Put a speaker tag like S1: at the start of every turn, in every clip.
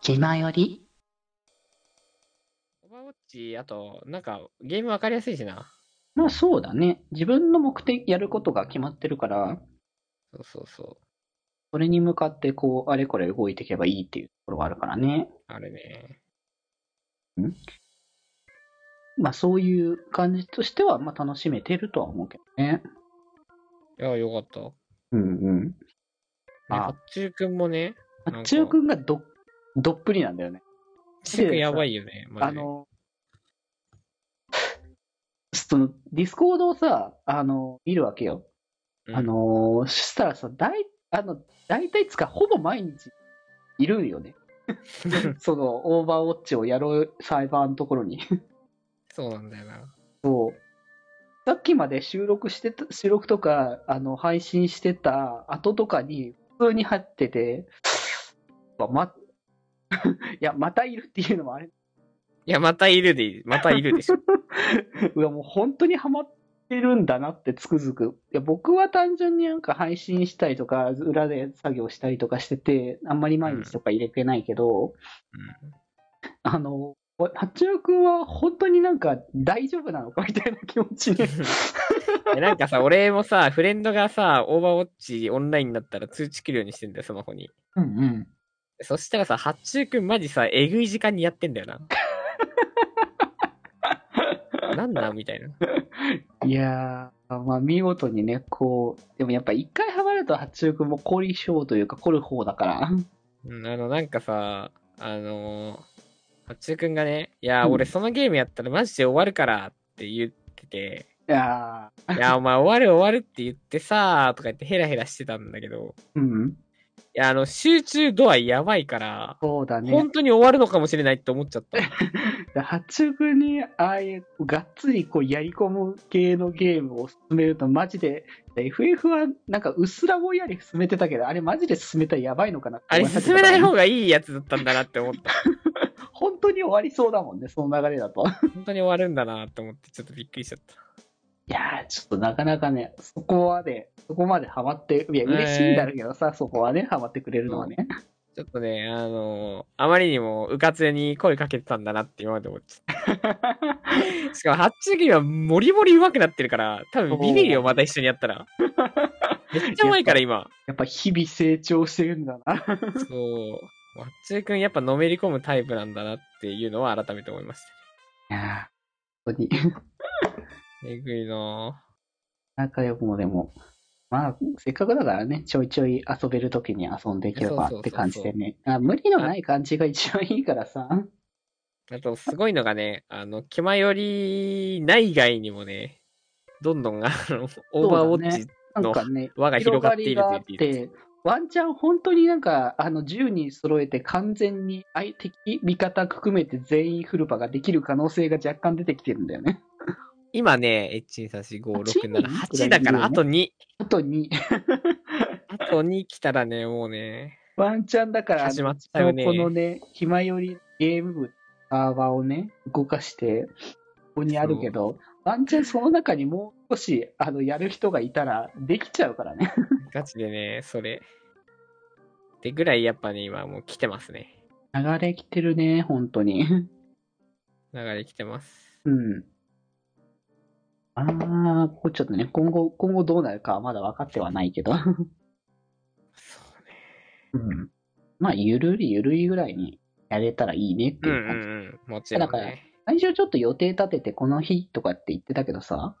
S1: 気まより
S2: オーバーウォッチ、あと、なんか、ゲームわかりやすいしな。
S1: まあそうだね。自分の目的、やることが決まってるから、
S2: そうそうそ
S1: それに向かってこう、あれこれ動いていけばいいっていうところがあるからね。
S2: う。あるね。
S1: まあそういう感じとしては、まあ楽しめてるとは思うけどね。
S2: いや、よかった。ね、
S1: うんうん。あ
S2: あっ、ちゅうくんもね、
S1: あっちゅうくんがど、どっぷりなんだよね。
S2: ちゅうくんやばいよね、マ
S1: あ
S2: ジで。
S1: の、その、ディスコードをさ、あの、見るわけよ。
S2: うん
S1: あ、の、そしたらさ、大、あの、大体つか、ほぼ毎日いるんよね。その、オーバーウォッチをやろう、サイバーのところに。
S2: そうなんだよな。
S1: そう。さっきまで収録してた、収録とか、あの、配信してた後とかに、普通に入ってて、 ま、ま いや、またいるっていうのもあれ、
S2: いや、またいるでいい。またいるで しょ。
S1: うわ、もう本当にハマってるんだなってつくづく。いや、僕は単純になんか配信したりとか、裏で作業したりとかしてて、あんまり毎日とか入れてないけど、あの、八代くんは本当になんか大丈夫なのかみたいな気持ちに。
S2: うん、でなんかさ、俺もさ、フレンドがさ、オーバーウォッチオンラインになったら通知来るようにしてんだよ、スマホに。
S1: うんうん。
S2: そしたらさ、八中くんマジさ、えぐい時間にやってんだ よな。なんだみたいな。
S1: いやー、まあ見事にね、こう、でもやっぱ一回ハマると八中くんも凝り性というか凝る方だから。
S2: うん、あの、なんかさ、あのー、八中くんがね、いやー、
S1: うん
S2: 俺そのゲームやったらマジで終わるからって言っ てて、
S1: いやー、
S2: いやー、お前終わる終わるって言ってさーとか言ってヘラヘラしてたんだけど、
S1: うん。
S2: いや、あの、集中度合いやばいから、
S1: そうだね
S2: 本。当に終わるのかもしれないって思っちゃった。
S1: 八中君にああいうがっつりこうやり込む系のゲームを進めるとマジで FF はなんかうっすらぼんやり進めてたけどあれマジで進めたらやばいのかなって
S2: あれ、
S1: 思始
S2: 進
S1: め
S2: め
S1: た
S2: ない
S1: から
S2: 方がいいやつだったんだなって思った。
S1: 本当に終わりそうだもんねその流れだ と
S2: 本当に終わるんだなって思って、ちょっとびっくりしちゃった。
S1: いやーちょっとなかなかねそこまでそこまでハマっていや嬉しいんだろうけどさ、そこはねハマってくれるのはね、
S2: ちょっとね、あのあまりにもうかつに声かけてたんだなって今まで思っちゃった。しかも、ハッチギはもりもり上手くなってるから、多分ビビるよ、また一緒にやったら。めっちゃ上手いから、今。
S1: やっぱ日々成長してるんだな
S2: そう。ハッチくんやっぱのめり込むタイプなんだなっていうのは改めて思いまし
S1: いやー本当に
S2: た。えぐいな
S1: 仲良くもでも、まあ、せっかくだからね、ちょいちょい遊べるときに遊んでいけば
S2: そうそうそうそう
S1: って感じでね。あ無理のない感じが一番いいからさ。
S2: ぁあと、すごいのがね、あの、気前より内外にもね、どんどん、あの、オーバーウォッチ、
S1: なんかね、
S2: 輪が広
S1: 広
S2: がっ
S1: が
S2: てい
S1: り
S2: る
S1: が
S2: と
S1: あ
S2: い
S1: っ
S2: うビール
S1: て、ワンチャン本当になんか、あの、銃に揃えて完全に相敵、味方含めて全員フルパができる可能性が若干出てきてるんだよね。
S2: 今ね、1、2、3、4、5、6、7、
S1: 8
S2: 8だから、あと2。
S1: あとに、
S2: あと2来たらね、もうね、
S1: ワンチャンだから、
S2: 始まっちゃうね。
S1: このね、暇よりゲーム部、サーバーをね、動かして、ここにあるけど、ワンチャンその中にもう少し、あの、やる人がいたら、できちゃうからね。
S2: ガチでね、それ。でぐらいやっぱね、今もう来てますね。
S1: 流れ来てるね、本当に。
S2: 流れ来てます。
S1: うん。あー、これちょっとね、今後、今後どうなるかはまだ分かってはないけど。
S2: そうね。
S1: うん。まあ、ゆるりゆるいぐらいにやれたらいいねって
S2: う
S1: い
S2: ん
S1: う感じ。
S2: うんうん。もちろん
S1: だから
S2: ね。
S1: 最初ちょっと予定立てて、この日とかって言ってたけどさ、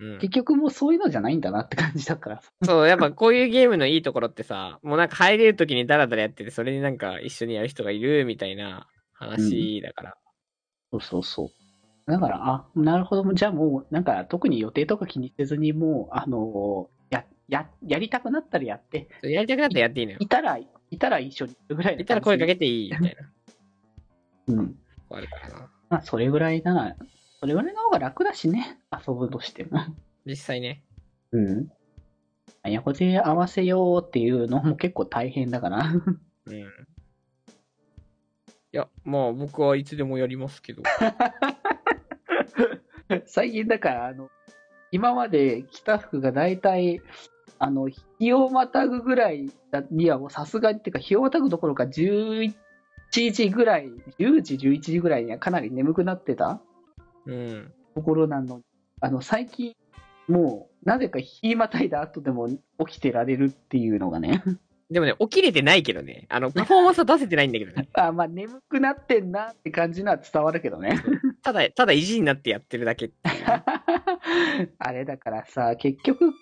S2: うん、
S1: 結局もうそういうのじゃないんだなって感じだからさ。
S2: そう、やっぱこういうゲームのいいところってさ、もうなんか入れるときにダラダラやってて、それになんか一緒にやる人がいるみたいな話だから。
S1: そうそうそう。だから、あ、なるほど。じゃあもう、なんか特に予定とか気にせずに、もう、あのや、や、やりたくなったらやって、
S2: そうやりたくなったらやっていいのよ。
S1: いたら、いたら一緒にぐらいの
S2: いたら声かけ
S1: て。
S2: ていいみたいな。
S1: うん。
S2: あるからな。
S1: まあ、それぐらいなら、それぐらいの方が楽だしね。遊ぶとしても。
S2: 実際ね。
S1: うん。ヤホで合わせようっていうのも結構大変だから。
S2: うん。いや、まあ僕はいつでもやりますけ ど。
S1: 最近だから、あの、今まで着た服が大体、あの、日をまたぐぐらいにはもうさすがに、っていうか日をまたぐどころか11時ぐらい、10時、11時ぐらいにはかなり眠くなってた
S2: うん。
S1: ところなのにあの、最近、もう、なぜか日またいだ後でも起きてられるっていうのがね。
S2: でもね、起きれてないけどね。 あの、パフォーマンスは出せてないんだけどね。
S1: あ、まあ眠くなってんなって感じのは伝わるけどね。
S2: ただ、ただ意地になってやってるだけっていうね
S1: あれだからさ、結局、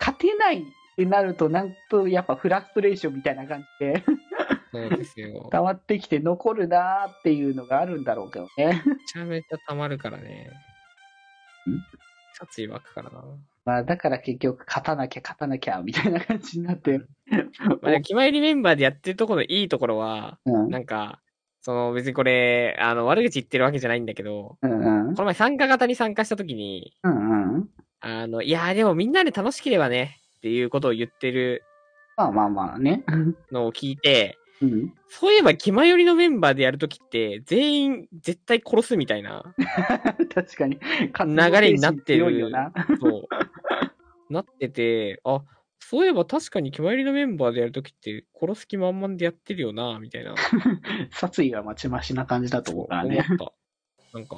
S1: 勝てないってなると、なんとやっぱフラストレーションみたいな感じで
S2: そうですよ。
S1: 溜まってきて残るなーっていうのがあるんだろうけどね。
S2: めちゃめちゃ溜まるからね。殺意湧くからな。
S1: まあだから結局、勝たなきゃ勝たなきゃみたいな感じになって。
S2: まあ、でも決まりメンバーでやってるとこのいいところは、
S1: うん。うん
S2: なんか、その別にこれ、あの、悪口言ってるわけじゃないんだけど、
S1: うん。
S2: この前参加型に参加した時に、
S1: うんうん。
S2: あの、いやーでもみんなで楽しければね、っていうことを言ってる
S1: まあまあまあね。
S2: のを聞いて、
S1: うん。
S2: そういえば、気まよりのメンバーでやるときって、全員絶対殺すみたい な、
S1: 確かに。
S2: 流れになってる
S1: 強いよな。
S2: そう、なってて、あ、そういえば確かに気まよりのメンバーでやるときって、殺す気満々でやってるよな、みたいな。
S1: 殺意はま ちましな感じだと思うからね。
S2: 思った。なんか。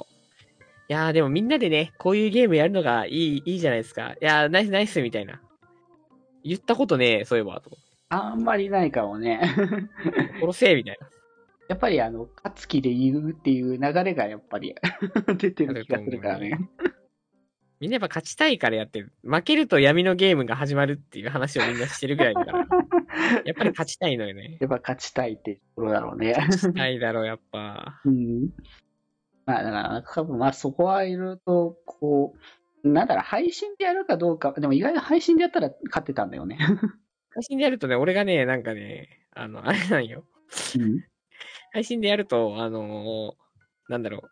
S2: いやーでもみんなでね、こういうゲームやるのがいい、いいじゃないですか。いやーナイスナイスみたいな。言ったことねえ、そういえば、と思って。
S1: あんまりないかもね。
S2: 殺せ、みたいな。
S1: やっぱりあの、勝つ気で言うっていう流れがやっぱり 出てる気がするからね。
S2: みんなやっぱ勝ちたいからやってる。負けると闇のゲームが始まるっていう話をみんなしてるぐらい だから。やっぱり勝ちたいのよね。
S1: やっぱ勝ちたいってところだろうね。
S2: 勝ちたいだろう、やっぱ。
S1: うん。まあだから、多分まあそこはいろいろと、こう、なんだろう、配信でやるかどうか、でも意外と配信でやったら勝ってたんだよね。
S2: 配信でやるとね、俺がね、なんかね、あの、あれなんよ。
S1: うん。
S2: 配信でやると、あのーなんだろう。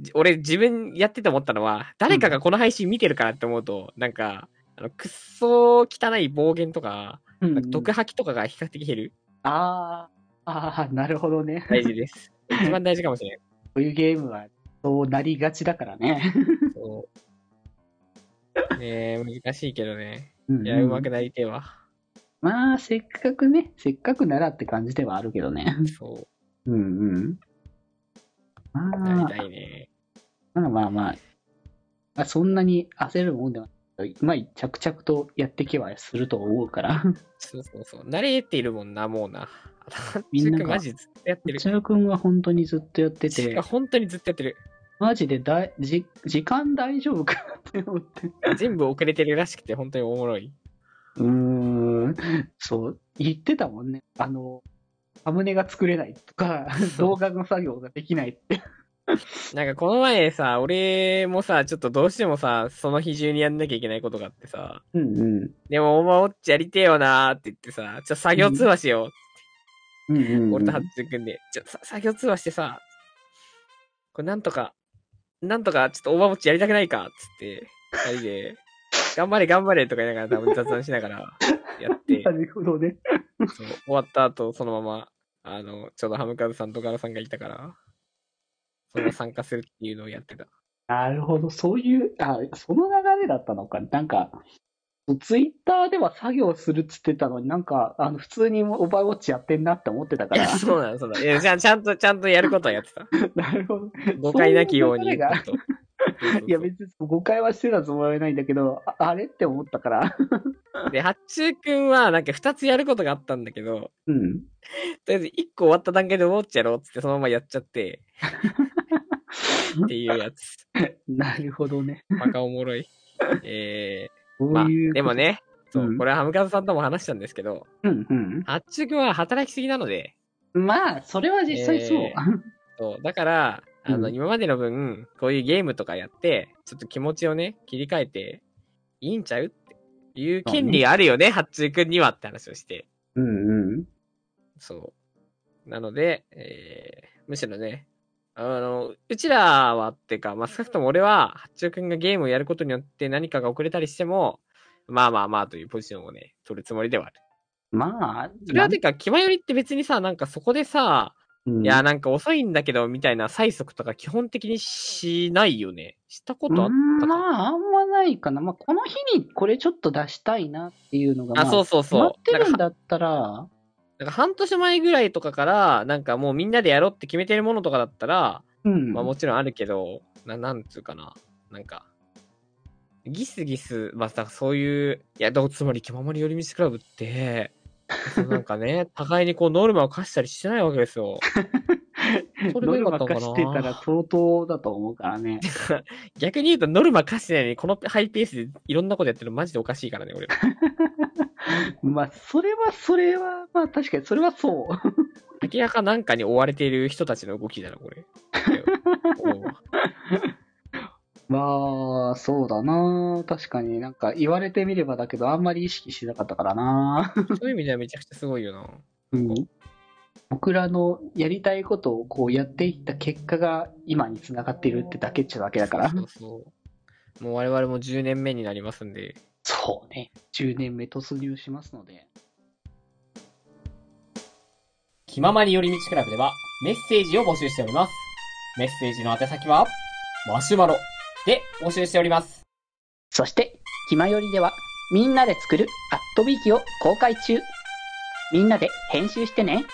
S2: じ俺、自分やってて思ったのは、誰かがこの配信見てるからって思うと、なんか、あのくっそー汚い暴言とか、
S1: うん
S2: なんか毒吐きとかが比較的減る。
S1: ああ、ああ、なるほどね。
S2: 大事です。 一番大事かもしれん。
S1: こういうゲームはそうなりがちだからね。
S2: そうねえ、難しいけどね。
S1: うん
S2: いや、うまくなりてえわ。
S1: まあ、せっかくね、せっかくならって感じではあるけどね。
S2: そ
S1: うんうん。ま
S2: う、な
S1: あ
S2: りたいね。
S1: まあまあまあ、まあ、そんなに焦るもんではない。まあ、着々とやっていけばすると思うから。
S2: そうそうそう。慣れているもんな、もうな。
S1: みんなが
S2: ちょっとマジずっとやってる
S1: ち。ゃくんは本当にずっとやって
S2: い
S1: て
S2: や、本当にずっとやってる。
S1: マジでだいじ時間大丈夫かなって思って。
S2: 全部遅れてるらしくて、本当におもろい。
S1: うーん、そう、言ってたもんね。あの、サムネが作れないと か、動画の作業ができないって。
S2: なんかこの前さ、俺もさ、ちょっとどうしてもさ、その日中にやんなきゃいけないことがあってさ、
S1: うんうん。
S2: でもお前おっちやりてえよなーって言ってさ、ちょっと作業通話しよ
S1: うんうん
S2: う。
S1: うん
S2: 俺とハッチ君で、ちょっとさ作業通話してさ、これなんとか、なんとかちょっとおばもっちやりたくないかっつって、二人で、頑張れ頑張れとか言いながら多分雑談しながらやっ て
S1: な、るほどね。
S2: そう終わった後そのまま、あの、ちょうどハムカズさんとガラさんがいたから、その参加するっていうのをやって た。
S1: なるほど、そういう、あ、その流れだったのか。なんか、ツイッターでは作業するっつってたのに、なんか、あの、普通にオーバーウォッチやってんなって思ってたか
S2: い や
S1: ら。
S2: そうなの、そうなの。いや、ちゃんちゃんと、ちゃんとやることはやってた。
S1: なるほど。
S2: 誤解なきように
S1: そういう流れ
S2: 言
S1: が
S2: ったと。
S1: いや、別に誤解はしてたつもりはないんだけど、ああれって思ったから。
S2: で、八中くんは、なんか二つやることがあったんだけど、
S1: うん。
S2: とりあえず一個終わった段階でウォッチやろうっつって、そのままやっちゃって。っていうやつ。
S1: なるほどね。
S2: バカおもろい。え
S1: そ
S2: ー、まあ
S1: ういう、こと
S2: でも。ね、そうう、
S1: ん
S2: これはハムカズさんとも話したんですけど、
S1: うんうん。
S2: 八中くんは働きすぎなので、
S1: まあ、それは実際そう。
S2: えそう、だから、あの、
S1: うん
S2: 今までの分、こういうゲームとかやって、ちょっと気持ちをね、切り替えて、いいんちゃうっていう権利あるよね、ハッチー君にはって話をして。
S1: うんうん。
S2: そう。なので、えー、むしろね、あの、うちらはってか、まあ、少なくとも俺は、ハッチー君がゲームをやることによって何かが遅れたりしても、まあまあまあというポジションをね、取るつもりではある。
S1: まあ、
S2: それはてか、気まよりって別にさ、なんかそこでさ、
S1: うん
S2: いや、なんか遅いんだけど、みたいな催促とか基本的にしないよね。したことあっ
S1: う
S2: た
S1: ん
S2: か、
S1: まあ、あんまないかな。まあ、この日にこれちょっと出したいなっていうのが、ま
S2: あ、そうそう
S1: 決まっ
S2: そ
S1: て
S2: う。なん
S1: るん
S2: か
S1: だったら、
S2: なんか半年前ぐらいとかから、なんかもうみんなでやろうって決めてるものとかだったら、
S1: うん。
S2: まあもちろんあるけど、ななんつうかな。なんか、ギスギス、まあさ、そういう、いや、どうつまり、気ままに寄り道クラブって、そのなんか ね、互いにこうノルマを課したりしてないわけですよ。それ
S1: ノ
S2: が
S1: ル
S2: 良か
S1: マ
S2: っ
S1: 化
S2: たのかな
S1: してたら相当だと思うからね。
S2: 逆に言うと、ノルマ課してないのに、このハイペースでいろんなことやってるのマジでおかしいからね、 俺。
S1: まあ、それは、それは、まあ確かに、それはそう。
S2: 明らかなんかに追われている人たちの動きだな、こ れ。思うわ
S1: まあ、そうだな確かになんか言われてみればだけど、あんまり意識しなかったからな
S2: そういう意味ではめちゃくちゃすごいよな。
S1: うん。僕らのやりたいことをこうやっていった結果が今につながってるってだけっちゃだけだから
S2: そ。うそうそう。もう我々も10年目になりますんで。
S1: そうね。10年目突入しますので。
S2: 気ままに寄り道クラブではメッセージを募集しております。メッセージの宛先は、マシュマロで募集しております。
S1: そして、ひまよりでは、みんなで作るアットビーキを公開中。みんなで編集してね。